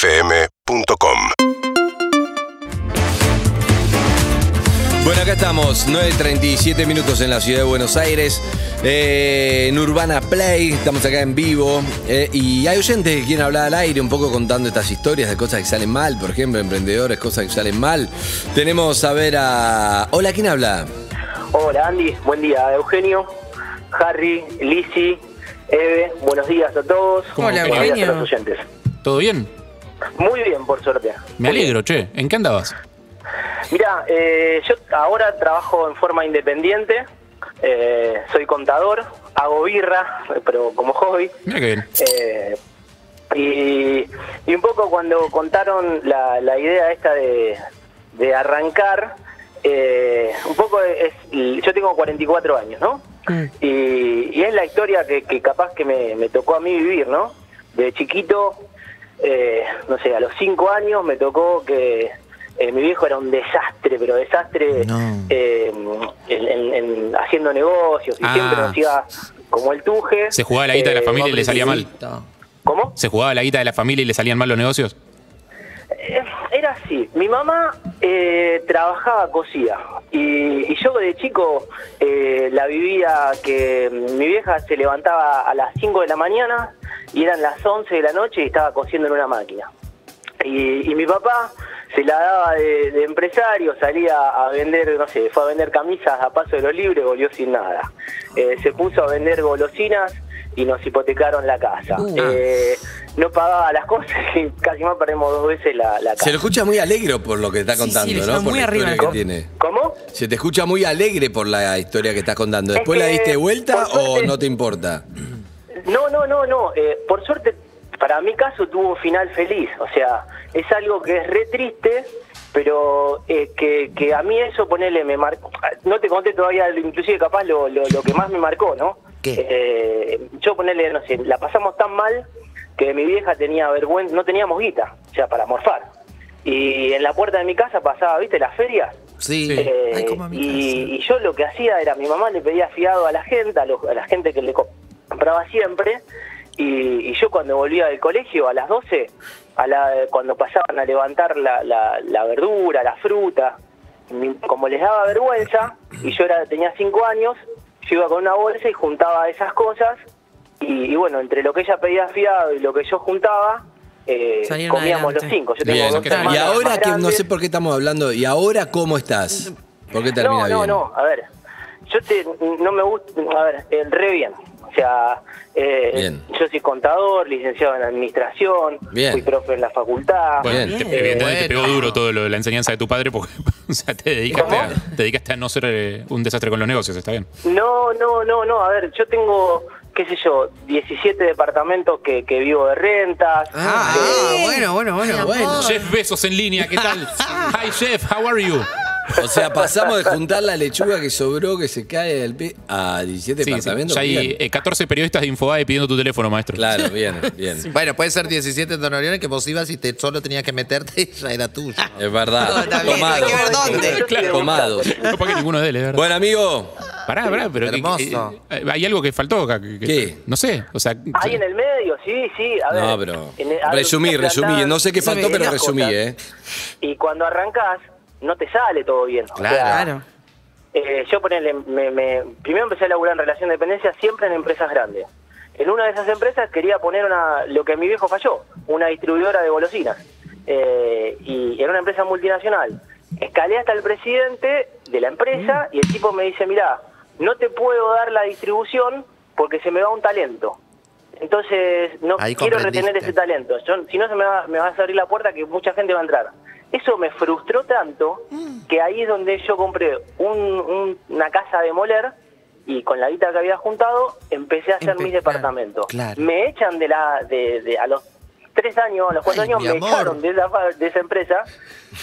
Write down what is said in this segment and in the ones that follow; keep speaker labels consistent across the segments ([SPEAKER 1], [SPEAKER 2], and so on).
[SPEAKER 1] UrbanaPlayFM.com
[SPEAKER 2] Bueno, acá estamos, 9.37 minutos en la ciudad de Buenos Aires, eh, en Urbana Play, estamos acá en vivo, eh, y hay oyentes que quieren hablar al aire un poco contando estas historias de cosas que salen mal, por ejemplo, emprendedores, cosas que salen mal. Tenemos a ver a... Hola, ¿quién habla?
[SPEAKER 3] Hola Andy, buen día Eugenio, Harry, Lisi, Eve, buenos días a todos.
[SPEAKER 4] Hola,
[SPEAKER 3] buenos días
[SPEAKER 4] Eugenio.
[SPEAKER 3] a los oyentes.
[SPEAKER 5] ¿Todo bien?
[SPEAKER 3] Muy bien, por suerte.
[SPEAKER 5] Me alegro, che. ¿En qué andabas?
[SPEAKER 3] Mirá, eh, yo ahora trabajo en forma independiente, eh, soy contador, hago birra, pero como hobby.
[SPEAKER 5] Mira qué bien.
[SPEAKER 3] Eh, y, y un poco cuando contaron la, la idea esta de, de arrancar, eh, un poco es, yo tengo 44 años, ¿no? Y, y es la historia que, que capaz que me, me tocó a mí vivir, ¿no? De chiquito, eh, no sé, a los 5 años me tocó que eh, mi viejo era un desastre, pero desastre eh, en, en- en haciendo negocios y
[SPEAKER 5] Ah.
[SPEAKER 3] siempre nos iba como el tuje.
[SPEAKER 5] ¿Se jugaba la guita de la
[SPEAKER 3] Eh,
[SPEAKER 5] familia y le salía mal?
[SPEAKER 3] ¿Cómo?
[SPEAKER 5] ¿Se jugaba la guita de la familia y le salían mal los negocios?
[SPEAKER 3] Eh, Era así. Mi mamá eh, trabajaba, cosía. Y, y yo de chico eh, la vivía que mm, mi vieja se levantaba a las 5 de la mañana y eran las 11 de la noche y estaba cosiendo en una máquina. Y, y mi papá se la daba de, de empresario, salía a vender, no sé, fue a vender camisas a paso de los libres, volvió sin nada. Eh, se puso a vender golosinas y nos hipotecaron la casa. Eh, no pagaba las cosas y casi más perdemos dos veces la, la casa.
[SPEAKER 2] Se lo escucha muy alegre por lo que está
[SPEAKER 4] Sí, sí,
[SPEAKER 2] contando,
[SPEAKER 4] le
[SPEAKER 2] ¿no?
[SPEAKER 4] sonó
[SPEAKER 2] Por
[SPEAKER 4] muy
[SPEAKER 2] la
[SPEAKER 4] arriba.
[SPEAKER 2] historia que tiene.
[SPEAKER 3] ¿Cómo?
[SPEAKER 2] Se te escucha muy alegre por la historia que estás contando.
[SPEAKER 3] Es
[SPEAKER 2] ¿Después la
[SPEAKER 3] que,
[SPEAKER 2] diste vuelta
[SPEAKER 3] por
[SPEAKER 2] o
[SPEAKER 3] suerte-
[SPEAKER 2] no te importa?
[SPEAKER 3] No, no, no, no. Eh, por suerte, para mi caso tuvo un final feliz. O sea, es algo que es re triste, pero eh, que, que a mí eso, ponele, me marcó. No te conté todavía, inclusive capaz lo, lo- lo que más me marcó, ¿no?
[SPEAKER 4] ¿Qué?
[SPEAKER 3] Eh, yo, ponele, no sé, la pasamos tan mal que mi vieja tenía vergüenza, no teníamos guita, o sea, para morfar. Y en la puerta de mi casa pasaba, ¿viste? Las ferias.
[SPEAKER 4] Sí.
[SPEAKER 3] Eh,
[SPEAKER 4] Ay, como a mi
[SPEAKER 3] y, y yo lo que hacía era, mi mamá le pedía fiado a la gente, a, los- a la gente que le co- compraba siempre, y, y yo cuando volvía del colegio a las 12, a la, cuando pasaban a levantar la, la- la verdura, la fruta, mi- como les daba vergüenza, y yo era, tenía 5 años, yo iba con una bolsa y juntaba esas cosas, y, y bueno, entre lo que ella pedía fiado y lo que yo juntaba, eh,
[SPEAKER 4] Salieron
[SPEAKER 3] comíamos
[SPEAKER 4] adelante.
[SPEAKER 3] los cinco. Yo tengo
[SPEAKER 2] Bien.
[SPEAKER 3] dos
[SPEAKER 5] que-
[SPEAKER 3] hermanas
[SPEAKER 2] Y ahora
[SPEAKER 3] más
[SPEAKER 2] que no
[SPEAKER 3] grandes.
[SPEAKER 2] sé por qué estamos hablando, ¿y ahora cómo estás? ¿Por qué termina
[SPEAKER 3] No, no,
[SPEAKER 2] bien?
[SPEAKER 3] no, a ver, yo te, no me gusta, a ver, eh, re bien, o sea, eh,
[SPEAKER 2] Bien.
[SPEAKER 3] yo soy contador, licenciado en administración,
[SPEAKER 2] Bien.
[SPEAKER 3] fui profe en la facultad,
[SPEAKER 5] Bueno,
[SPEAKER 2] Bien.
[SPEAKER 5] te,
[SPEAKER 4] Bien.
[SPEAKER 5] evidentemente te pegó
[SPEAKER 4] Bueno.
[SPEAKER 5] duro todo lo de la enseñanza de tu padre porque o sea, te, dedicaste a,
[SPEAKER 3] ¿Cómo?
[SPEAKER 5] te dedicaste a no ser eh, un desastre con los negocios, está bien.
[SPEAKER 3] no, no, no, no, a ver, yo tengo, qué sé yo, 17 departamentos que, que vivo de rentas,
[SPEAKER 4] Ah,
[SPEAKER 3] eh,
[SPEAKER 4] bueno, bueno, bueno, bueno.
[SPEAKER 5] Jeff Besos en línea, ¿qué tal? Hi Jeff, how are you?
[SPEAKER 2] O sea, pasamos de juntar la lechuga que sobró, que se cae del pie, a 17
[SPEAKER 5] Sí, sí,
[SPEAKER 2] departamentos.
[SPEAKER 5] ya hay
[SPEAKER 2] Bien.
[SPEAKER 5] eh, 14 periodistas de Infobae pidiendo tu teléfono, maestro.
[SPEAKER 2] Claro, bien, bien.
[SPEAKER 6] Bueno, puede ser 17 donorianes que vos ibas y te, solo tenías que meterte y ya era tuyo.
[SPEAKER 2] Es verdad.
[SPEAKER 4] No, también, hay que ver dónde.
[SPEAKER 3] Claro.
[SPEAKER 2] Tomados.
[SPEAKER 5] No pagué ninguno de él, es verdad.
[SPEAKER 2] Bueno, amigo,
[SPEAKER 5] Pará, pará, pero. que-
[SPEAKER 6] Hermoso.
[SPEAKER 5] que- eh, hay algo que faltó acá. que- que-
[SPEAKER 2] ¿Qué?
[SPEAKER 5] No sé, o sea.
[SPEAKER 3] ahí en el medio, sí, sí, a ver.
[SPEAKER 2] No, pero
[SPEAKER 3] en el- a ver,
[SPEAKER 2] resumí,
[SPEAKER 3] ustedes
[SPEAKER 2] resumí.
[SPEAKER 3] plantan
[SPEAKER 2] No sé qué faltó, pero
[SPEAKER 3] unas
[SPEAKER 2] resumí,
[SPEAKER 3] cosas,
[SPEAKER 2] ¿eh?
[SPEAKER 3] Y cuando arrancás, no te sale todo bien. o sea,
[SPEAKER 4] Claro.
[SPEAKER 3] Eh, yo ponele, me- me- primero empecé a laburar en relación de dependencia siempre en empresas grandes. En una de esas empresas quería poner una, lo que mi viejo falló, una distribuidora de golosinas. Eh, y era una empresa multinacional. Escalé hasta el presidente de la
[SPEAKER 6] Mm.
[SPEAKER 3] empresa y el tipo me dice, mirá, no te puedo dar la distribución porque se me va un talento. Entonces, no
[SPEAKER 6] Ahí
[SPEAKER 3] quiero
[SPEAKER 6] comprendiste.
[SPEAKER 3] retener ese talento. Yo- si no, se me va, me vas a abrir la puerta que mucha gente va a entrar. Eso me frustró tanto
[SPEAKER 6] Mm.
[SPEAKER 3] que ahí es donde yo compré un- un- una casa de moler y con la guita que había juntado empecé a hacer
[SPEAKER 4] Empe-
[SPEAKER 3] mis departamentos.
[SPEAKER 6] claro.
[SPEAKER 3] Me echan de la de, de- a los tres años, a los cuatro
[SPEAKER 6] Ay,
[SPEAKER 3] años
[SPEAKER 6] mi
[SPEAKER 3] me
[SPEAKER 6] amor.
[SPEAKER 3] echaron de, esa fa- de esa empresa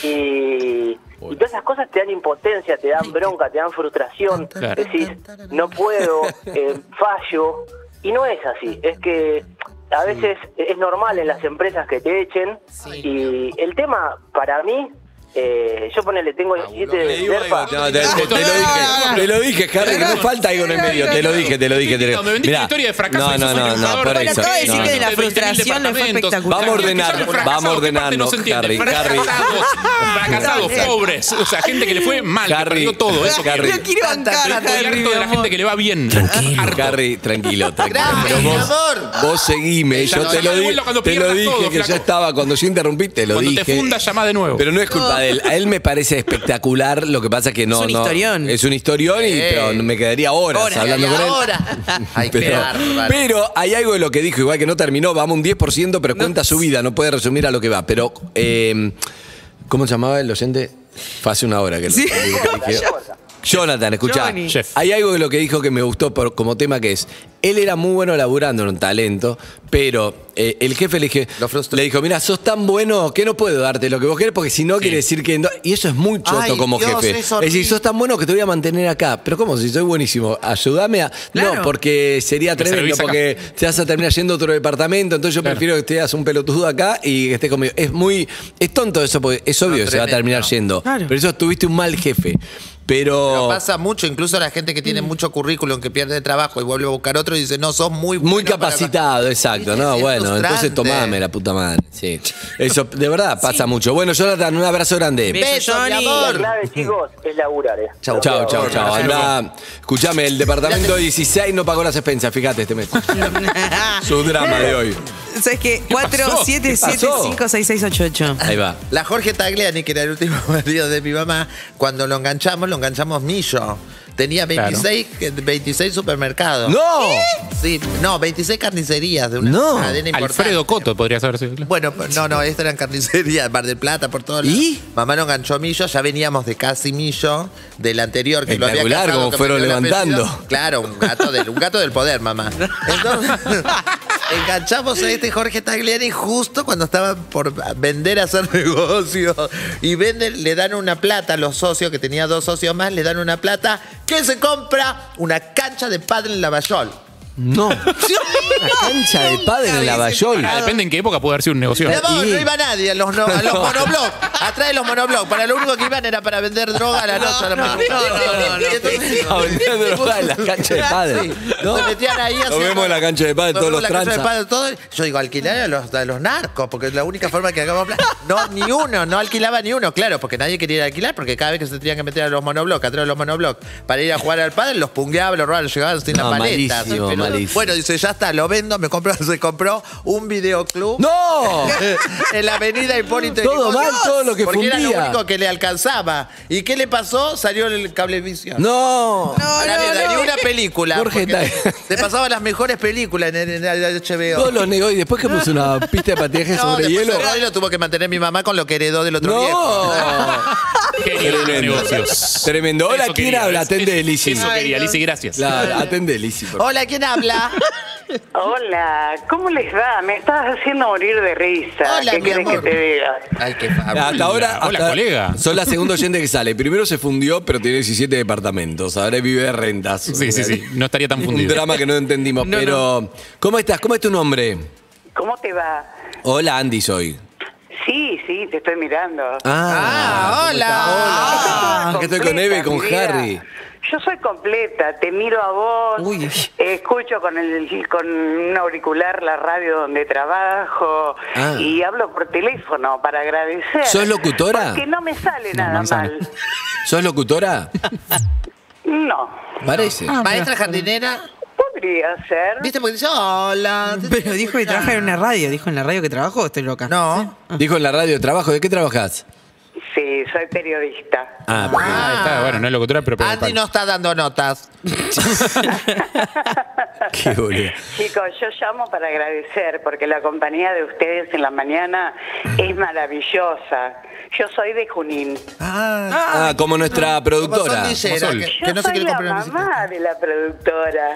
[SPEAKER 3] y, y todas esas cosas te dan impotencia, te dan bronca, te dan frustración.
[SPEAKER 5] Claro.
[SPEAKER 3] Decís, no puedo, eh, fallo. Y no es así, es que a veces es normal en las empresas que te echen. y el tema para mí eh, yo ponele, tengo 17
[SPEAKER 2] Le
[SPEAKER 3] de
[SPEAKER 2] digo algo.
[SPEAKER 3] DERPA.
[SPEAKER 2] No, te, te- te lo dije, te lo dije, Harry, que no falta algo en el medio. Te lo dije, te lo dije. Te lo...
[SPEAKER 5] No, me vendiste
[SPEAKER 2] Mirá.
[SPEAKER 5] una historia de
[SPEAKER 2] No,
[SPEAKER 5] fracaso.
[SPEAKER 2] no, no, no, por ahí.
[SPEAKER 7] Bueno, acaba de
[SPEAKER 2] no,
[SPEAKER 7] decir que de
[SPEAKER 2] no.
[SPEAKER 7] la frustración le fue espectacular.
[SPEAKER 2] Vamos a ordenar, vamos a ordenarnos, Harry, Harry.
[SPEAKER 5] Fracasados, fracasados,
[SPEAKER 7] Dale.
[SPEAKER 5] pobres. O sea, gente que le fue mal, que
[SPEAKER 2] Harry,
[SPEAKER 5] perdió todo. Eso
[SPEAKER 2] Harry.
[SPEAKER 5] quiero.
[SPEAKER 7] Lo quiero bancar a
[SPEAKER 5] Estoy
[SPEAKER 7] Harry,
[SPEAKER 5] harto de
[SPEAKER 7] mi
[SPEAKER 5] la gente
[SPEAKER 7] amor.
[SPEAKER 5] que le va bien.
[SPEAKER 2] Tranquilo, Harry, tranquilo, tranquilo.
[SPEAKER 6] Gracias,
[SPEAKER 2] Pero
[SPEAKER 6] mi
[SPEAKER 2] vos,
[SPEAKER 6] amor.
[SPEAKER 2] vos seguime,
[SPEAKER 5] Ya
[SPEAKER 2] yo
[SPEAKER 5] no,
[SPEAKER 2] te
[SPEAKER 5] ya
[SPEAKER 2] lo,
[SPEAKER 5] de
[SPEAKER 2] di-
[SPEAKER 5] vuelta cuando
[SPEAKER 2] te lo
[SPEAKER 5] pierdas
[SPEAKER 2] dije
[SPEAKER 5] todo,
[SPEAKER 2] que ya
[SPEAKER 5] flaco.
[SPEAKER 2] estaba, cuando yo interrumpí te lo
[SPEAKER 5] Cuando
[SPEAKER 2] dije.
[SPEAKER 5] te fundas, llamá de nuevo.
[SPEAKER 2] Pero no es culpa de él, a él me parece espectacular, lo que pasa que no...
[SPEAKER 7] Es un
[SPEAKER 2] no-
[SPEAKER 7] historión.
[SPEAKER 2] es un historión, y,
[SPEAKER 6] Sí.
[SPEAKER 2] pero me quedaría horas,
[SPEAKER 7] Horas,
[SPEAKER 2] hablando con él.
[SPEAKER 6] ahora. Ay, qué
[SPEAKER 2] Pero,
[SPEAKER 6] bárbaro.
[SPEAKER 2] pero hay algo de lo que dijo, igual que no terminó, vamos un 10%, pero cuenta su vida, no puede resumir a lo que va. Pero, eh, ¿cómo se llamaba el oyente? Fue hace una hora que lo
[SPEAKER 7] Sí.
[SPEAKER 2] que dije. Jonathan, escuchá.
[SPEAKER 7] Johnny.
[SPEAKER 5] Chef.
[SPEAKER 2] Hay algo de lo que dijo que me gustó por- como tema que es, él era muy bueno laburando, era un talento, pero eh, el jefe le, dije,
[SPEAKER 6] Lo frustró.
[SPEAKER 2] le dijo, mira, sos tan bueno que no puedo darte lo que vos querés porque si no quiere decir que no. Y eso es muy choto
[SPEAKER 6] Ay,
[SPEAKER 2] como
[SPEAKER 6] Dios,
[SPEAKER 2] jefe.
[SPEAKER 6] es
[SPEAKER 2] Es decir, sos tan bueno que te voy a mantener acá. Pero ¿cómo? Si soy buenísimo, ayúdame a... No,
[SPEAKER 7] Claro.
[SPEAKER 2] porque sería tremendo
[SPEAKER 5] servís acá.
[SPEAKER 2] porque te vas a terminar yendo a otro departamento, entonces yo prefiero que te hagas un pelotudo acá y que estés conmigo. Es muy... Es tonto eso porque es obvio que se va a
[SPEAKER 6] tremendo.
[SPEAKER 2] terminar yendo.
[SPEAKER 7] Claro.
[SPEAKER 2] Pero eso tuviste un mal jefe. Pero...
[SPEAKER 6] Pero pasa mucho, incluso la gente que tiene mucho currículum, que pierde trabajo y vuelve a buscar otro y dice, no, sos muy
[SPEAKER 2] Muy
[SPEAKER 6] bueno para-
[SPEAKER 2] capacitado, exacto.
[SPEAKER 6] Sí,
[SPEAKER 2] No,
[SPEAKER 6] sí, es
[SPEAKER 2] bueno, entonces
[SPEAKER 6] frustrante.
[SPEAKER 2] tomame la puta madre. Sí. Eso de verdad pasa mucho. Bueno, Jonathan, un abrazo grande.
[SPEAKER 7] Beso,
[SPEAKER 6] Besos, mi
[SPEAKER 7] Johnny.
[SPEAKER 3] La
[SPEAKER 6] amor.
[SPEAKER 3] clave, chicos, es laburar. eh.
[SPEAKER 2] Chau, chau, chau, chau. Andá. Escuchame, el departamento 16 no pagó las expensas, fíjate este mes. Su drama de hoy.
[SPEAKER 7] ¿Sabes qué? 47756688.
[SPEAKER 2] Ahí va.
[SPEAKER 6] La Jorge Tagliani, que era el último marido de mi mamá, cuando lo enganchamos, lo enganchamos Millo. Tenía 26, que- 26 supermercados.
[SPEAKER 2] ¡No!
[SPEAKER 6] Sí, no, 26 carnicerías de una
[SPEAKER 2] No.
[SPEAKER 6] cadena importante.
[SPEAKER 5] Alfredo Coto podría Ah, haber sido. claro.
[SPEAKER 6] Bueno, pero no, no, esta eran carnicerías, Mar del Plata, por todos lados.
[SPEAKER 2] ¿Y?
[SPEAKER 6] Mamá no enganchó Millo, ya veníamos de casi Millo, del anterior que lo había
[SPEAKER 2] Espectacular,
[SPEAKER 6] casado,
[SPEAKER 2] como
[SPEAKER 6] que
[SPEAKER 2] fueron
[SPEAKER 6] me dio el
[SPEAKER 2] levantando.
[SPEAKER 6] apellido. Claro, un gato del, un gato del poder, mamá. Entonces, enganchamos a este Jorge Tagliani justo cuando estaba por vender, hacer negocio. Y vende, le dan una plata a los socios, que tenía dos socios más, le dan una plata que se compra una cancha de padre en Lavallol.
[SPEAKER 2] No. Una cancha de padre en Lavallol.
[SPEAKER 5] Ah, depende en qué época puede haber sido un negocio.
[SPEAKER 6] No,
[SPEAKER 2] Y-
[SPEAKER 6] no iba nadie a los, no- a los monoblogs. Atrás de los monoblogs. Para lo único que iban era para vender droga a la noche. a la madrugada. Y entonces-
[SPEAKER 2] Ah, vendían droga en la cancha de padre. No.
[SPEAKER 6] Se metían ahí
[SPEAKER 2] Nos vemos en la cancha de padre,
[SPEAKER 6] Nos
[SPEAKER 2] todos los
[SPEAKER 6] vemos en la cancha de
[SPEAKER 2] tranzas.
[SPEAKER 6] padre, todos. Yo digo, alquilar a los, a los narcos, porque es la única forma que hagamos plata. No, ni uno, no alquilaba ni uno, claro, porque nadie quería ir a alquilar, porque cada vez que se tenían que meter a los monoblogs, atrás de los monoblogs, para ir a jugar al padre, los pungueaban, los robaban, los llegaban sin
[SPEAKER 2] No,
[SPEAKER 6] la paleta.
[SPEAKER 2] malísimo,
[SPEAKER 6] Soy peludo.
[SPEAKER 2] malísimo.
[SPEAKER 6] Bueno, dice, ya está, lo vendo, me compró, se compró un videoclub
[SPEAKER 2] ¡No!
[SPEAKER 6] en la avenida Hipólito
[SPEAKER 2] Todo
[SPEAKER 6] Yrigoyen,
[SPEAKER 2] mal, todo lo que
[SPEAKER 6] porque era
[SPEAKER 2] fundía.
[SPEAKER 6] lo único que le alcanzaba. ¿Y qué le pasó? Salió el cablevisión.
[SPEAKER 2] No.
[SPEAKER 6] A la mierda, ni una película.
[SPEAKER 2] Jorge
[SPEAKER 6] porque
[SPEAKER 2] está-
[SPEAKER 6] Te pasaba las mejores películas en el, en el HBO.
[SPEAKER 2] Todos los negocios. Después que puso una pista de patinaje
[SPEAKER 6] No,
[SPEAKER 2] sobre
[SPEAKER 6] después
[SPEAKER 2] hielo.
[SPEAKER 6] cerró y lo tuvo que mantener mi mamá con lo que heredó del otro viejo.
[SPEAKER 2] No.
[SPEAKER 5] Genio de
[SPEAKER 2] Tremendo.
[SPEAKER 5] negocios.
[SPEAKER 2] Tremendo. Hola,
[SPEAKER 5] Eso
[SPEAKER 2] ¿quién
[SPEAKER 5] quería,
[SPEAKER 2] habla?
[SPEAKER 5] eso-
[SPEAKER 2] Atende Lisi.
[SPEAKER 5] Eso quería, Lisi, gracias.
[SPEAKER 2] Claro, atende Lisi. por favor.
[SPEAKER 6] Hola, ¿quién habla?
[SPEAKER 8] Hola, ¿cómo les va? Me estás haciendo morir de risa.
[SPEAKER 6] Hola,
[SPEAKER 8] ¿Qué
[SPEAKER 6] mi
[SPEAKER 8] quieres que
[SPEAKER 6] amor.
[SPEAKER 8] te diga?
[SPEAKER 6] Ay, qué fábil.
[SPEAKER 2] Hasta ahora.
[SPEAKER 5] hola,
[SPEAKER 2] hasta-
[SPEAKER 5] colega.
[SPEAKER 2] Son la segunda oyente que sale. Primero se fundió, pero tiene 17 departamentos. Ahora vive de rentas.
[SPEAKER 5] Sí, sí, sí. No estaría tan
[SPEAKER 2] Un
[SPEAKER 5] fundido.
[SPEAKER 2] drama que no entendimos.
[SPEAKER 7] No,
[SPEAKER 2] pero, ¿cómo estás? ¿Cómo es tu nombre?
[SPEAKER 8] ¿Cómo te va?
[SPEAKER 2] Hola, Andy, soy.
[SPEAKER 8] Sí, sí, te estoy mirando.
[SPEAKER 6] Ah,
[SPEAKER 2] ¿cómo
[SPEAKER 6] hola.
[SPEAKER 2] estás?
[SPEAKER 8] Yo soy
[SPEAKER 2] Acá Ah, estoy con
[SPEAKER 8] completa,
[SPEAKER 2] Eve y con
[SPEAKER 8] mi vida.
[SPEAKER 2] Harry.
[SPEAKER 8] Yo soy completa, te miro a vos,
[SPEAKER 7] Uy.
[SPEAKER 8] escucho con el con un auricular la radio donde trabajo
[SPEAKER 2] Ah.
[SPEAKER 8] y hablo por teléfono para agradecer.
[SPEAKER 2] ¿Sos locutora?
[SPEAKER 8] Porque no me sale
[SPEAKER 5] No,
[SPEAKER 8] nada
[SPEAKER 5] manzana.
[SPEAKER 8] mal.
[SPEAKER 2] ¿Sos locutora?
[SPEAKER 8] No,
[SPEAKER 2] Parece.
[SPEAKER 6] Maestra jardinera.
[SPEAKER 8] podría ser.
[SPEAKER 6] ¿Viste? Porque dice, hola.
[SPEAKER 7] Pero dijo que trabaja en una radio. ¿Dijo en la radio que trabajó o estoy loca?
[SPEAKER 6] No.
[SPEAKER 2] Dijo en la radio trabajo. ¿De qué trabajas?
[SPEAKER 8] Sí, soy periodista.
[SPEAKER 2] Ah, porque-
[SPEAKER 5] Ah, está, bueno, no es locutora, pero. pero-
[SPEAKER 6] Andy no está dando notas.
[SPEAKER 2] qué boludo.
[SPEAKER 8] Chicos, yo llamo para agradecer porque la compañía de ustedes en la mañana es maravillosa. Yo soy de Junín.
[SPEAKER 2] Ah, como nuestra
[SPEAKER 6] Como son
[SPEAKER 2] productora.
[SPEAKER 6] DJ,
[SPEAKER 5] Sol.
[SPEAKER 6] que,
[SPEAKER 8] Yo
[SPEAKER 6] que no se
[SPEAKER 8] soy
[SPEAKER 6] quiere
[SPEAKER 8] la
[SPEAKER 6] comprar una bicicleta.
[SPEAKER 8] mamá de la productora.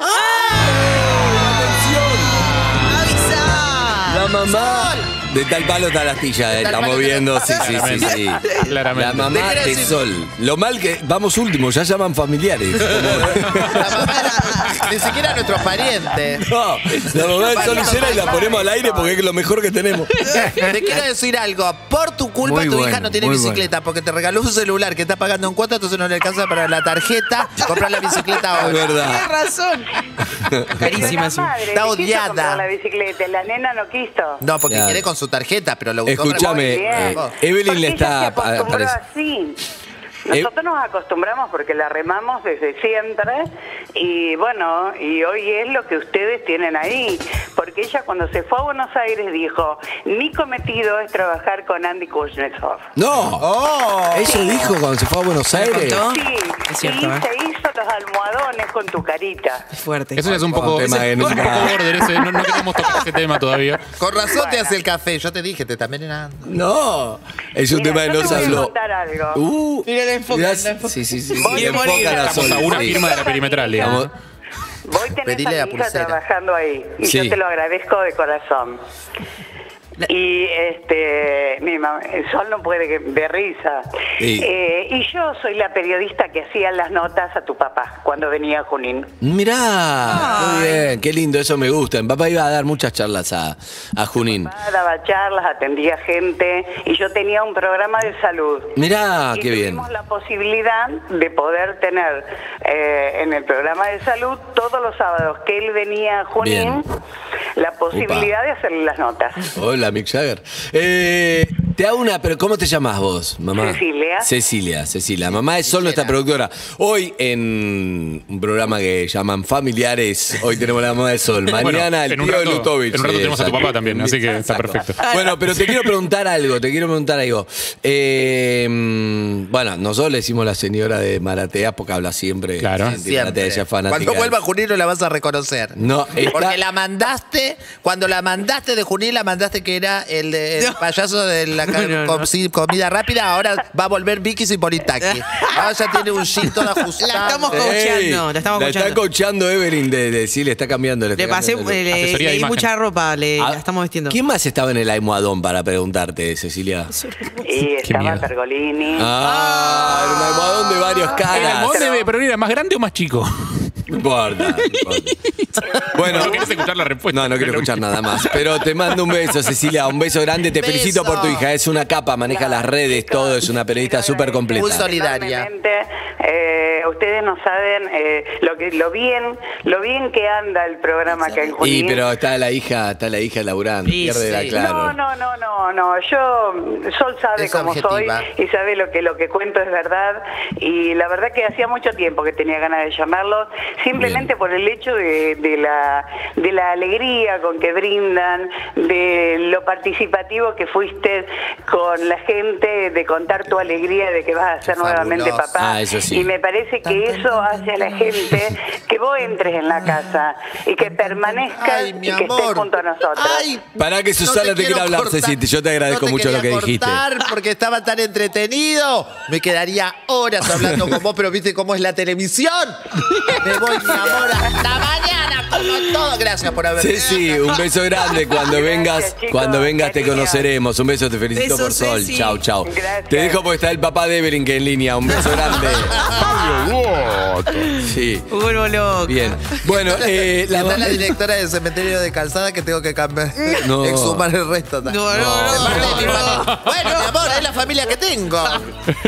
[SPEAKER 7] ¡Avisa!
[SPEAKER 2] La mamá De tal palo tal astilla, eh,
[SPEAKER 6] tal
[SPEAKER 2] estamos
[SPEAKER 6] palo, tal
[SPEAKER 2] viendo. Sí, sí, sí,
[SPEAKER 5] Claramente.
[SPEAKER 2] sí. La
[SPEAKER 5] Claramente.
[SPEAKER 2] mamá
[SPEAKER 6] Te
[SPEAKER 2] de
[SPEAKER 6] creo, sí.
[SPEAKER 2] Sol. Lo mal que. Vamos último, ya llaman familiares.
[SPEAKER 6] La mamá era- ni siquiera nuestros parientes.
[SPEAKER 2] No, la mamá de Sol Isera y la ponemos al aire porque es lo mejor que tenemos.
[SPEAKER 6] Te quiero decir algo. Por tu culpa,
[SPEAKER 7] Muy
[SPEAKER 6] tu hija
[SPEAKER 7] bueno,
[SPEAKER 6] no tiene
[SPEAKER 7] muy
[SPEAKER 6] bicicleta porque te regaló un celular que está pagando en cuota, entonces no le alcanza para la tarjeta. Comprar la bicicleta
[SPEAKER 2] Es
[SPEAKER 6] ahora.
[SPEAKER 2] verdad.
[SPEAKER 7] Tienes razón.
[SPEAKER 8] Pero
[SPEAKER 7] Ah. Carísima
[SPEAKER 8] la
[SPEAKER 7] es
[SPEAKER 8] madre
[SPEAKER 6] Está
[SPEAKER 8] le quiso
[SPEAKER 6] odiada.
[SPEAKER 8] comprar la bicicleta, la nena no quiso.
[SPEAKER 6] No, porque
[SPEAKER 2] Claro.
[SPEAKER 6] quiere con su tarjeta, pero lo usó para-
[SPEAKER 2] Escúchame,
[SPEAKER 8] Muy bien.
[SPEAKER 2] eh, Evelyn
[SPEAKER 8] Porque
[SPEAKER 2] le
[SPEAKER 8] ella se
[SPEAKER 2] está. pa-
[SPEAKER 8] acostumbró
[SPEAKER 2] parece- Eh,
[SPEAKER 8] así. Nosotros nos acostumbramos porque la remamos desde siempre y bueno, y hoy es lo que ustedes tienen ahí. Porque ella cuando se fue a Buenos Aires dijo, mi cometido es trabajar con Andy Kuznetsov.
[SPEAKER 2] No.
[SPEAKER 8] Oh.
[SPEAKER 2] Eso dijo cuando se fue a Buenos Aires.
[SPEAKER 7] contó?
[SPEAKER 8] Sí,
[SPEAKER 7] Ah, Es cierto,
[SPEAKER 8] y
[SPEAKER 7] ¿eh?
[SPEAKER 8] se hizo los almohadones con tu carita.
[SPEAKER 7] Es fuerte.
[SPEAKER 5] Eso ya es un poco,
[SPEAKER 2] Un tema
[SPEAKER 5] ese-
[SPEAKER 2] que
[SPEAKER 5] es un
[SPEAKER 2] nunca-
[SPEAKER 5] poco border, ese, no, no queremos tocar ese tema todavía.
[SPEAKER 6] Con razón te hace el café. Yo te dije, te también era.
[SPEAKER 2] No. Es un
[SPEAKER 8] Mira,
[SPEAKER 2] tema que
[SPEAKER 8] yo
[SPEAKER 2] no
[SPEAKER 8] te
[SPEAKER 2] se
[SPEAKER 8] voy a
[SPEAKER 2] habló.
[SPEAKER 8] contar algo.
[SPEAKER 2] Uh,
[SPEAKER 7] Mira, la enfocan,
[SPEAKER 2] mirás-
[SPEAKER 7] la enfocan.
[SPEAKER 2] Sí, sí, sí.
[SPEAKER 8] Voy
[SPEAKER 2] sí,
[SPEAKER 8] a morir.
[SPEAKER 2] enfocan a
[SPEAKER 5] Estamos
[SPEAKER 2] Sol,
[SPEAKER 5] a una
[SPEAKER 2] sí.
[SPEAKER 5] firma de la perimetral, digamos.
[SPEAKER 2] Vamos-
[SPEAKER 8] Vos tenés
[SPEAKER 6] Pedile
[SPEAKER 8] a
[SPEAKER 6] la
[SPEAKER 8] mi hija
[SPEAKER 6] pulsera.
[SPEAKER 8] trabajando ahí y
[SPEAKER 2] Sí.
[SPEAKER 8] yo te lo agradezco de corazón. Y este, mi mamá, Sol no puede que- de risa.
[SPEAKER 2] Sí.
[SPEAKER 8] Eh, y yo soy la periodista que hacía las notas a tu papá cuando venía a Junín.
[SPEAKER 2] Mirá, muy bien, qué lindo, eso me gusta. Mi papá iba a dar muchas charlas a, a Junín.
[SPEAKER 8] Ah, Daba charlas, atendía gente y yo tenía un programa de salud.
[SPEAKER 2] Mirá, Ah,
[SPEAKER 8] y
[SPEAKER 2] qué bien.
[SPEAKER 8] tuvimos la posibilidad de poder tener eh, en el programa de salud todos los sábados que él venía a Junín
[SPEAKER 2] Bien.
[SPEAKER 8] la posibilidad
[SPEAKER 2] Upa.
[SPEAKER 8] de hacerle las notas.
[SPEAKER 2] Hola, Mick Jagger. Eh, te hago una, pero ¿cómo te llamas vos, mamá?
[SPEAKER 8] Cecilia.
[SPEAKER 2] Cecilia, Cecilia. Mamá de Sol, nuestra productora. Hoy en un programa que llaman Familiares, hoy tenemos la mamá de Sol.
[SPEAKER 5] Bueno,
[SPEAKER 2] Mañana el
[SPEAKER 5] en un
[SPEAKER 2] tío de
[SPEAKER 5] rato-
[SPEAKER 2] Lutovich.
[SPEAKER 5] en un rato
[SPEAKER 2] Eh,
[SPEAKER 5] tenemos a tu
[SPEAKER 2] exacto.
[SPEAKER 5] papá también, así que está
[SPEAKER 2] Exacto.
[SPEAKER 5] perfecto.
[SPEAKER 2] Bueno, pero te quiero preguntar algo, te quiero preguntar algo. Eh, mm, bueno, nosotros le decimos la señora de Maratea porque habla siempre.
[SPEAKER 5] Claro.
[SPEAKER 2] Sí, Maratea,
[SPEAKER 6] Siempre.
[SPEAKER 2] ella es fanática.
[SPEAKER 6] Cuando vuelva a Junín no la vas a reconocer.
[SPEAKER 2] No, está-
[SPEAKER 6] Porque la mandaste, cuando la mandaste de Junín, la mandaste que era el, de- el payaso de la ca-
[SPEAKER 7] No, no,
[SPEAKER 6] com-
[SPEAKER 7] no.
[SPEAKER 6] sí, comida rápida, ahora va a volver Vicky Sipolitaki. Ahora ya tiene un jean todo ajustado.
[SPEAKER 7] La estamos
[SPEAKER 2] Ey,
[SPEAKER 7] coacheando, la estamos
[SPEAKER 2] Eh, está
[SPEAKER 7] coacheando.
[SPEAKER 2] coachando Evelyn de, de- sí, le está cambiando. Le,
[SPEAKER 7] Le
[SPEAKER 2] está
[SPEAKER 7] pasé,
[SPEAKER 2] cambiando el-
[SPEAKER 7] le, le
[SPEAKER 5] Asesoría de
[SPEAKER 7] di
[SPEAKER 5] imagen.
[SPEAKER 7] mucha ropa, le,
[SPEAKER 2] Ah,
[SPEAKER 7] Eh, la estamos vistiendo.
[SPEAKER 2] ¿Quién más estaba en el almohadón para preguntarte, Cecilia?
[SPEAKER 8] Y estaba
[SPEAKER 5] mierda.
[SPEAKER 8] Pergolini.
[SPEAKER 2] Ah, era un almohadón de varios
[SPEAKER 5] ¿El
[SPEAKER 2] caras.
[SPEAKER 5] almohadón de- pero era más grande o más chico?
[SPEAKER 2] No importa, no importa. Bueno.
[SPEAKER 5] no querés escuchar la respuesta.
[SPEAKER 2] No, no quiero
[SPEAKER 5] Pero-
[SPEAKER 2] escuchar nada más. Pero te mando un beso, Cecilia. Un beso grande. Te
[SPEAKER 6] Beso.
[SPEAKER 2] felicito por tu hija. Es una capa, maneja las redes, todo. Es una periodista súper
[SPEAKER 6] Muy
[SPEAKER 2] completa.
[SPEAKER 6] solidaria.
[SPEAKER 8] Enormemente. Eh, ustedes no saben eh, lo que lo bien lo bien que anda el programa acá en
[SPEAKER 2] Y
[SPEAKER 8] Junín.
[SPEAKER 2] pero está la hija, está la hija laburando.
[SPEAKER 7] Sí,
[SPEAKER 2] Pierde la
[SPEAKER 7] sí.
[SPEAKER 2] claro.
[SPEAKER 8] No, no, no, no, no. Yo, mm, Sol sabe
[SPEAKER 6] Es
[SPEAKER 8] cómo
[SPEAKER 6] objetiva.
[SPEAKER 8] soy y sabe lo que lo que cuento es verdad. Y la verdad que hacía mucho tiempo que tenía ganas de llamarlos, simplemente
[SPEAKER 2] Bien.
[SPEAKER 8] por el hecho de, de la de la alegría con que brindan, de lo participativo que fuiste con la gente, de contar tu alegría de que vas a ser nuevamente
[SPEAKER 6] fabuloso.
[SPEAKER 8] papá.
[SPEAKER 2] Ah, eso sí.
[SPEAKER 8] Y me parece que eso hace a la gente que vos entres en la casa y que permanezcas
[SPEAKER 6] Ay,
[SPEAKER 8] y
[SPEAKER 6] mi
[SPEAKER 8] que estés
[SPEAKER 6] amor.
[SPEAKER 8] junto a nosotros.
[SPEAKER 6] Ay,
[SPEAKER 2] Pará que Susana te
[SPEAKER 6] quiero
[SPEAKER 2] quiere hablar, Ceci, yo te agradezco
[SPEAKER 6] No te
[SPEAKER 2] mucho
[SPEAKER 6] quería
[SPEAKER 2] lo que dijiste.
[SPEAKER 6] cortar porque estaba tan entretenido. Me quedaría horas hablando con vos, pero viste cómo es la televisión. Me voy, mi amor, hasta mañana, como todo. Gracias por haber
[SPEAKER 2] Ceci, un beso grande. Cuando
[SPEAKER 8] Gracias,
[SPEAKER 2] vengas,
[SPEAKER 8] chicos.
[SPEAKER 2] cuando vengas te
[SPEAKER 8] Cariño.
[SPEAKER 2] conoceremos. Un beso, te felicito
[SPEAKER 7] Beso,
[SPEAKER 2] por Sol.
[SPEAKER 7] Ceci.
[SPEAKER 2] Chau, chau.
[SPEAKER 8] Gracias.
[SPEAKER 2] Te dejo porque está el papá de Evelyn que en línea. Un beso grande. Sí.
[SPEAKER 7] Vuelvo loco.
[SPEAKER 2] Bien. Bueno, eh,
[SPEAKER 6] la,
[SPEAKER 2] la
[SPEAKER 6] está la
[SPEAKER 2] mamá-
[SPEAKER 6] directora del cementerio de Calzada que tengo que cambiar,
[SPEAKER 2] No.
[SPEAKER 6] exhumar el resto.
[SPEAKER 7] No, no, no.
[SPEAKER 6] De parte de mi
[SPEAKER 7] no.
[SPEAKER 6] familia. Bueno, mi amor, es la familia que tengo.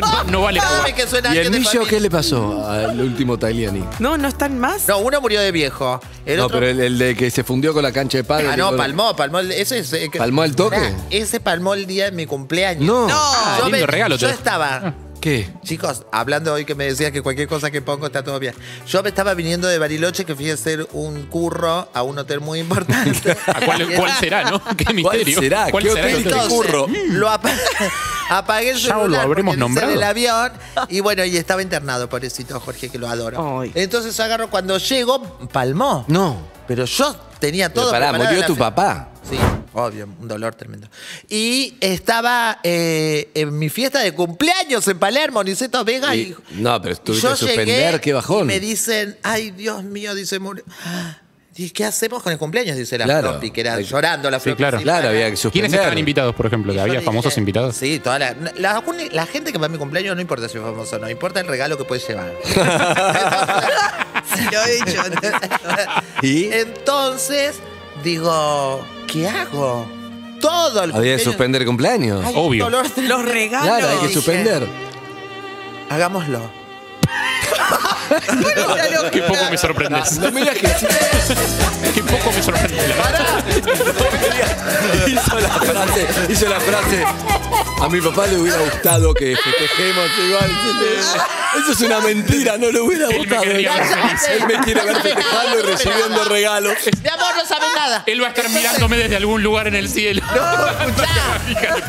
[SPEAKER 5] No, no vale.
[SPEAKER 6] Cada vez que suena
[SPEAKER 2] ¿Y el
[SPEAKER 6] alguien de
[SPEAKER 2] millo
[SPEAKER 6] familia-
[SPEAKER 2] qué le pasó al último Tagliani?
[SPEAKER 7] No, no están más.
[SPEAKER 6] No, uno murió de viejo. El
[SPEAKER 2] No,
[SPEAKER 6] otro
[SPEAKER 2] pero el, el de que se fundió con la cancha de padre.
[SPEAKER 6] Ah, no, palmó, palmó. el- Ese es, eh, que-
[SPEAKER 2] ¿Palmó al toque?
[SPEAKER 6] Pará, ese palmó el día de mi cumpleaños.
[SPEAKER 2] No. Ah,
[SPEAKER 7] No.
[SPEAKER 5] lindo
[SPEAKER 6] ven-
[SPEAKER 5] regalo,
[SPEAKER 6] yo
[SPEAKER 5] te-
[SPEAKER 6] estaba.
[SPEAKER 2] ¿Qué?
[SPEAKER 6] Chicos, hablando hoy que me decías que cualquier cosa que pongo está todo bien. Yo me estaba viniendo de Bariloche que fui a hacer un curro a un hotel muy importante.
[SPEAKER 5] ¿A cuál, cuál será, no? ¿Qué misterio?
[SPEAKER 2] será? ¿Qué hotel
[SPEAKER 5] el
[SPEAKER 2] te
[SPEAKER 5] hotel?
[SPEAKER 6] Entonces,
[SPEAKER 2] curro.
[SPEAKER 6] Lo apa- apagué el
[SPEAKER 5] Ya lo
[SPEAKER 6] celular
[SPEAKER 5] habremos
[SPEAKER 6] porque
[SPEAKER 5] nombrado.
[SPEAKER 6] en el avión y bueno, y estaba internado, pobrecito Jorge, que lo adoro.
[SPEAKER 7] Ay.
[SPEAKER 6] Entonces agarro, cuando llego, palmó.
[SPEAKER 2] No.
[SPEAKER 6] Pero yo tenía
[SPEAKER 2] Pero
[SPEAKER 6] todo
[SPEAKER 2] pará,
[SPEAKER 6] preparado
[SPEAKER 2] murió
[SPEAKER 6] la
[SPEAKER 2] tu
[SPEAKER 6] fe-
[SPEAKER 2] papá.
[SPEAKER 6] Sí, obvio, un dolor tremendo. Y estaba eh, en mi fiesta de cumpleaños en Palermo, Niceto Vega.
[SPEAKER 2] Y-
[SPEAKER 6] Y,
[SPEAKER 2] no, pero
[SPEAKER 6] tú
[SPEAKER 2] tuviste que suspender, qué bajón.
[SPEAKER 6] me dicen, ay, Dios mío, dice murió. ¿Y qué hacemos con el cumpleaños? Dice la
[SPEAKER 2] Claro.
[SPEAKER 6] Floppy, que era
[SPEAKER 2] Sí,
[SPEAKER 6] llorando la
[SPEAKER 5] sí,
[SPEAKER 6] Floppy.
[SPEAKER 5] claro.
[SPEAKER 2] Claro, había que suspender.
[SPEAKER 5] ¿Quiénes estaban invitados, por ejemplo?
[SPEAKER 6] Y yo
[SPEAKER 5] ¿Había
[SPEAKER 6] le
[SPEAKER 5] famosos
[SPEAKER 6] dije-
[SPEAKER 5] invitados?
[SPEAKER 6] Sí, toda la, la, la- la gente que va a mi cumpleaños no importa si es famoso o no, importa el regalo que puedes llevar.
[SPEAKER 7] Se lo he dicho antes.
[SPEAKER 2] ¿Y?
[SPEAKER 6] Entonces, digo, ¿qué hago? Todo el
[SPEAKER 2] Había que
[SPEAKER 6] cumpleaños-
[SPEAKER 2] suspender cumpleaños.
[SPEAKER 6] Hay un
[SPEAKER 5] Obvio.
[SPEAKER 6] dolor de-
[SPEAKER 7] Los regalos.
[SPEAKER 2] claro, hay que
[SPEAKER 6] dije.
[SPEAKER 2] suspender.
[SPEAKER 6] Hagámoslo.
[SPEAKER 5] Qué poco me sorprendes.
[SPEAKER 2] No mirá que
[SPEAKER 5] Qué poco me sorprendes. la verdad.
[SPEAKER 2] hizo la frase, hizo la frase. A mi papá le hubiera gustado que festejemos igual. Eso es una mentira, no le hubiera
[SPEAKER 5] Él me
[SPEAKER 2] gustado.
[SPEAKER 5] querría ver feliz.
[SPEAKER 2] Él me quiere ver festejando y recibiendo regalos.
[SPEAKER 6] De amor no sabes nada.
[SPEAKER 5] Ah, Él va a estar mirándome desde algún lugar en el cielo.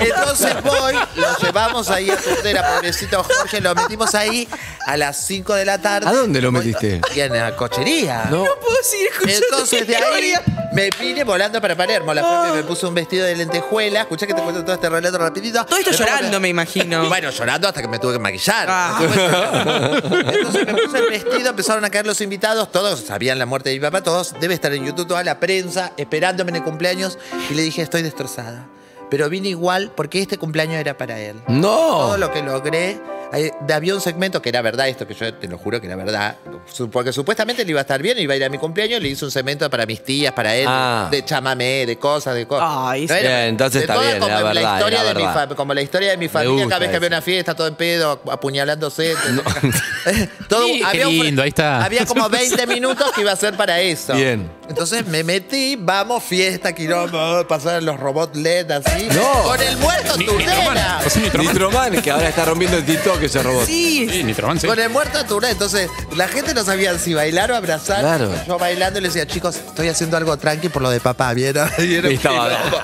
[SPEAKER 6] Entonces voy, lo llevamos ahí a Tundera, pobrecito Jorge, lo metimos ahí a las 5 de la tarde.
[SPEAKER 2] ¿A dónde lo
[SPEAKER 6] Voy-
[SPEAKER 2] metiste?
[SPEAKER 6] Y en la cochería.
[SPEAKER 7] No puedo seguir escuchando.
[SPEAKER 6] Entonces de ahí me vine volando para Palermo. La
[SPEAKER 7] Ah.
[SPEAKER 6] Flor me puso un vestido de lentejuela. Escuchá que te cuento todo este relato rapidito.
[SPEAKER 7] Todo esto
[SPEAKER 6] Después
[SPEAKER 7] llorando, me imagino.
[SPEAKER 6] Bueno, llorando hasta que me tuve que maquillar.
[SPEAKER 7] Ah.
[SPEAKER 6] Entonces me puse el vestido, empezaron a caer los invitados, todos sabían la muerte de mi papá, todos, debe estar en YouTube toda la prensa esperándome en el cumpleaños y le dije, estoy destrozada. Pero vine igual porque este cumpleaños era para él.
[SPEAKER 2] No.
[SPEAKER 6] Todo lo que logré, eh, había un segmento que era verdad esto, que yo te lo juro que era verdad, su- porque supuestamente le iba a estar bien, iba a ir a mi cumpleaños, le hice un segmento para mis tías, para él,
[SPEAKER 2] Ah.
[SPEAKER 6] de chamamé, de cosas, de cosas.
[SPEAKER 7] Ay, sí.
[SPEAKER 2] Bien, entonces
[SPEAKER 6] de
[SPEAKER 2] está
[SPEAKER 6] todo
[SPEAKER 2] bien,
[SPEAKER 6] como
[SPEAKER 2] era
[SPEAKER 6] en
[SPEAKER 2] verdad,
[SPEAKER 6] la historia
[SPEAKER 2] era
[SPEAKER 6] de mi
[SPEAKER 2] verdad.
[SPEAKER 6] fa- como la historia de mi familia,
[SPEAKER 2] gusta
[SPEAKER 6] cada vez que había
[SPEAKER 2] eso.
[SPEAKER 6] una fiesta, todo en pedo, apuñalándose. todo,
[SPEAKER 5] Sí, qué
[SPEAKER 6] había un-
[SPEAKER 5] lindo, ahí está.
[SPEAKER 6] Había como 20 minutos que iba a ser para eso.
[SPEAKER 2] Bien.
[SPEAKER 6] Entonces me metí, vamos, fiesta, quilombo, pasar los robots LED así.
[SPEAKER 2] No.
[SPEAKER 6] Con el muerto
[SPEAKER 5] Ni- Nitroman.
[SPEAKER 6] Turdera.
[SPEAKER 5] ¿Vos sos Nitroman?
[SPEAKER 2] Nitroman, que ahora está rompiendo el TikTok ese robot.
[SPEAKER 7] Sí.
[SPEAKER 5] Sí, Nitroman, sí.
[SPEAKER 6] Con el muerto Turdera. Entonces la gente no sabía si bailar o abrazar.
[SPEAKER 2] Claro.
[SPEAKER 6] Yo bailando y le decía, chicos, estoy haciendo algo tranqui por lo de papá, ¿vieron? Y era un
[SPEAKER 2] Y estaba-
[SPEAKER 6] quilombo.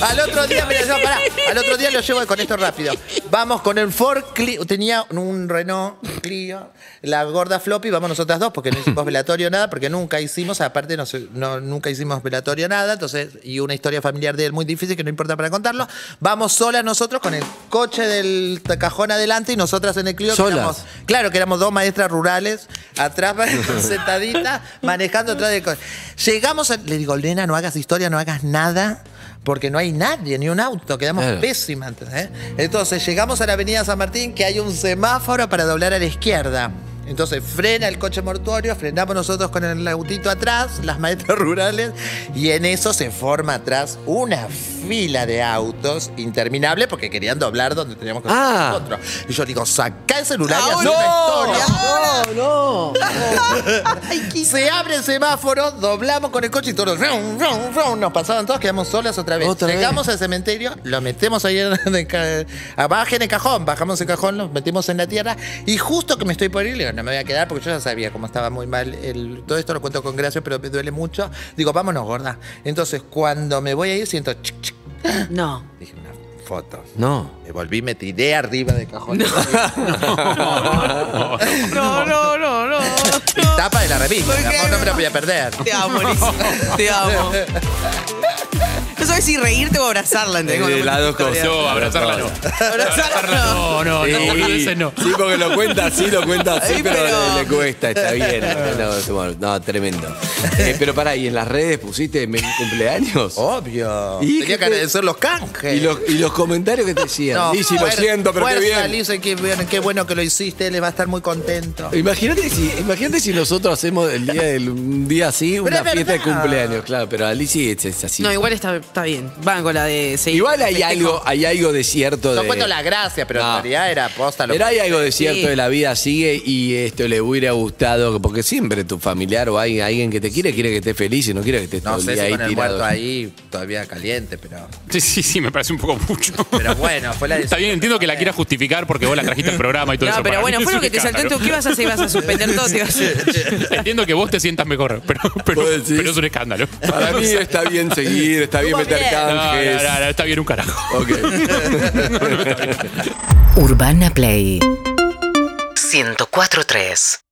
[SPEAKER 6] Al otro día, mira, yo, pará. Al otro día lo llevo con esto rápido. Vamos con el Ford Clio. Tenía un Renault Clio, la gorda floppy, vamos nosotras dos, porque no hicimos velatorio nada, porque nunca hicimos, aparte no, se- no- nunca hicimos velatorio nada, entonces, y una historia familiar de él muy difícil que no importa para contarlo. Vamos solas nosotros con el coche del t- cajón adelante y nosotras en el Clio. que
[SPEAKER 2] Solas.
[SPEAKER 6] éramos- claro, que éramos dos maestras rurales, atrás sentaditas, manejando atrás del coche. Llegamos, a- le digo, nena, no hagas historia, no hagas nada, porque no hay nadie, ni un auto, quedamos
[SPEAKER 2] Claro.
[SPEAKER 6] pésimas. ¿entendés? Entonces llegamos a la avenida San Martín, que hay un semáforo para doblar a la izquierda. Entonces frena el coche mortuorio, frenamos nosotros con el autito atrás, las maestras rurales, y en eso se forma atrás una fila de autos interminable porque querían doblar donde teníamos que
[SPEAKER 2] Ah.
[SPEAKER 6] nosotros. Y yo digo, saca el celular y hace
[SPEAKER 7] Ahora. No.
[SPEAKER 6] una historia.
[SPEAKER 2] no.
[SPEAKER 6] Se abre el semáforo, doblamos con el coche y todos rum, rum, rum, nos pasaban todos, quedamos solas otra vez.
[SPEAKER 2] Otra vez.
[SPEAKER 6] Llegamos al cementerio, lo metemos ahí en, en el, ca- abajo en el cajón, bajamos el cajón, lo metimos en la tierra y justo que me estoy por ir, le digo, no me voy a quedar porque yo ya sabía cómo estaba muy mal. el- todo esto lo cuento con gracia, pero me duele mucho. Digo, vámonos, gorda. Entonces, cuando me voy a ir, siento... chic, chic.
[SPEAKER 7] No.
[SPEAKER 6] Dije, una foto.
[SPEAKER 2] No.
[SPEAKER 6] Me volví, me tiré arriba del cajón.
[SPEAKER 7] No, no, no, no. no.
[SPEAKER 6] Tapa de la revista,
[SPEAKER 7] ¿Por
[SPEAKER 6] mi
[SPEAKER 7] qué?
[SPEAKER 6] amor, no me la voy a perder.
[SPEAKER 7] Te amo, Liz. Te amo. No sabes si reírte o abrazarla, ¿entendés?
[SPEAKER 2] Eh,
[SPEAKER 7] Con
[SPEAKER 2] las dos
[SPEAKER 7] historia.
[SPEAKER 5] No, abrazarla no.
[SPEAKER 7] Abrazarla
[SPEAKER 5] No,
[SPEAKER 7] no.
[SPEAKER 5] no, no, boludeces no.
[SPEAKER 2] Sí, porque lo cuenta así, lo cuenta así,
[SPEAKER 7] Sí,
[SPEAKER 2] pero,
[SPEAKER 7] pero-
[SPEAKER 2] Le, le cuesta, está bien. No, es bueno, no, tremendo. Eh, pero pará, ¿y en las redes pusiste mi cumpleaños?
[SPEAKER 6] Obvio.
[SPEAKER 2] Y
[SPEAKER 6] Tenía
[SPEAKER 2] que
[SPEAKER 6] que
[SPEAKER 2] te-
[SPEAKER 6] agradecer los canjes.
[SPEAKER 2] ¿Y los, y los comentarios que te decían?
[SPEAKER 6] No,
[SPEAKER 2] Lizzy, lo
[SPEAKER 6] fuer-
[SPEAKER 2] siento, pero qué
[SPEAKER 6] fuerza,
[SPEAKER 2] bien.
[SPEAKER 6] Lizzy, qué bien, qué bueno que lo hiciste, él va a estar muy contento.
[SPEAKER 2] Imagínate si, imagínate si nosotros hacemos el día del, un día así, una
[SPEAKER 6] es
[SPEAKER 2] fiesta de
[SPEAKER 6] verdad.
[SPEAKER 2] cumpleaños, claro, pero a Lizzy es, es así.
[SPEAKER 7] No, igual está, está bien. Van con la de seguir.
[SPEAKER 2] Igual hay
[SPEAKER 7] Festejo.
[SPEAKER 2] algo, hay algo de cierto
[SPEAKER 6] No
[SPEAKER 2] de.
[SPEAKER 6] cuento la gracia, pero
[SPEAKER 2] No.
[SPEAKER 6] en realidad era posta lo
[SPEAKER 2] Pero hay algo de cierto
[SPEAKER 7] Sí.
[SPEAKER 2] de la vida sigue y esto le hubiera gustado, porque siempre tu familiar o hay alguien que te quiere, quiere que estés feliz y no quiere que estés todo
[SPEAKER 6] No
[SPEAKER 2] el
[SPEAKER 6] sé
[SPEAKER 2] día
[SPEAKER 6] si
[SPEAKER 2] ahí
[SPEAKER 6] con el
[SPEAKER 2] tirado.
[SPEAKER 6] muerto ahí todavía caliente, pero.
[SPEAKER 5] Sí, sí, sí, me parece un poco mucho.
[SPEAKER 6] Pero bueno, fue la
[SPEAKER 5] Está bien, entiendo que la quieras justificar porque vos la trajiste al programa y todo
[SPEAKER 7] No,
[SPEAKER 5] eso.
[SPEAKER 7] pero
[SPEAKER 5] Para mí
[SPEAKER 7] bueno,
[SPEAKER 5] es
[SPEAKER 7] fue lo
[SPEAKER 5] un
[SPEAKER 7] que te saltó en tu.
[SPEAKER 5] escándalo.
[SPEAKER 7] ¿Qué vas a hacer? ¿Vas a suspender todo? ¿Te vas a-
[SPEAKER 5] Entiendo que vos te sientas mejor, pero, pero,
[SPEAKER 2] ¿Vos decís?
[SPEAKER 5] pero es un escándalo.
[SPEAKER 2] Para mí está bien seguir, está bien meter
[SPEAKER 5] No, no,
[SPEAKER 2] canjes.
[SPEAKER 5] no, no, está bien un carajo.
[SPEAKER 2] Ok.
[SPEAKER 9] Urbana Play 104.3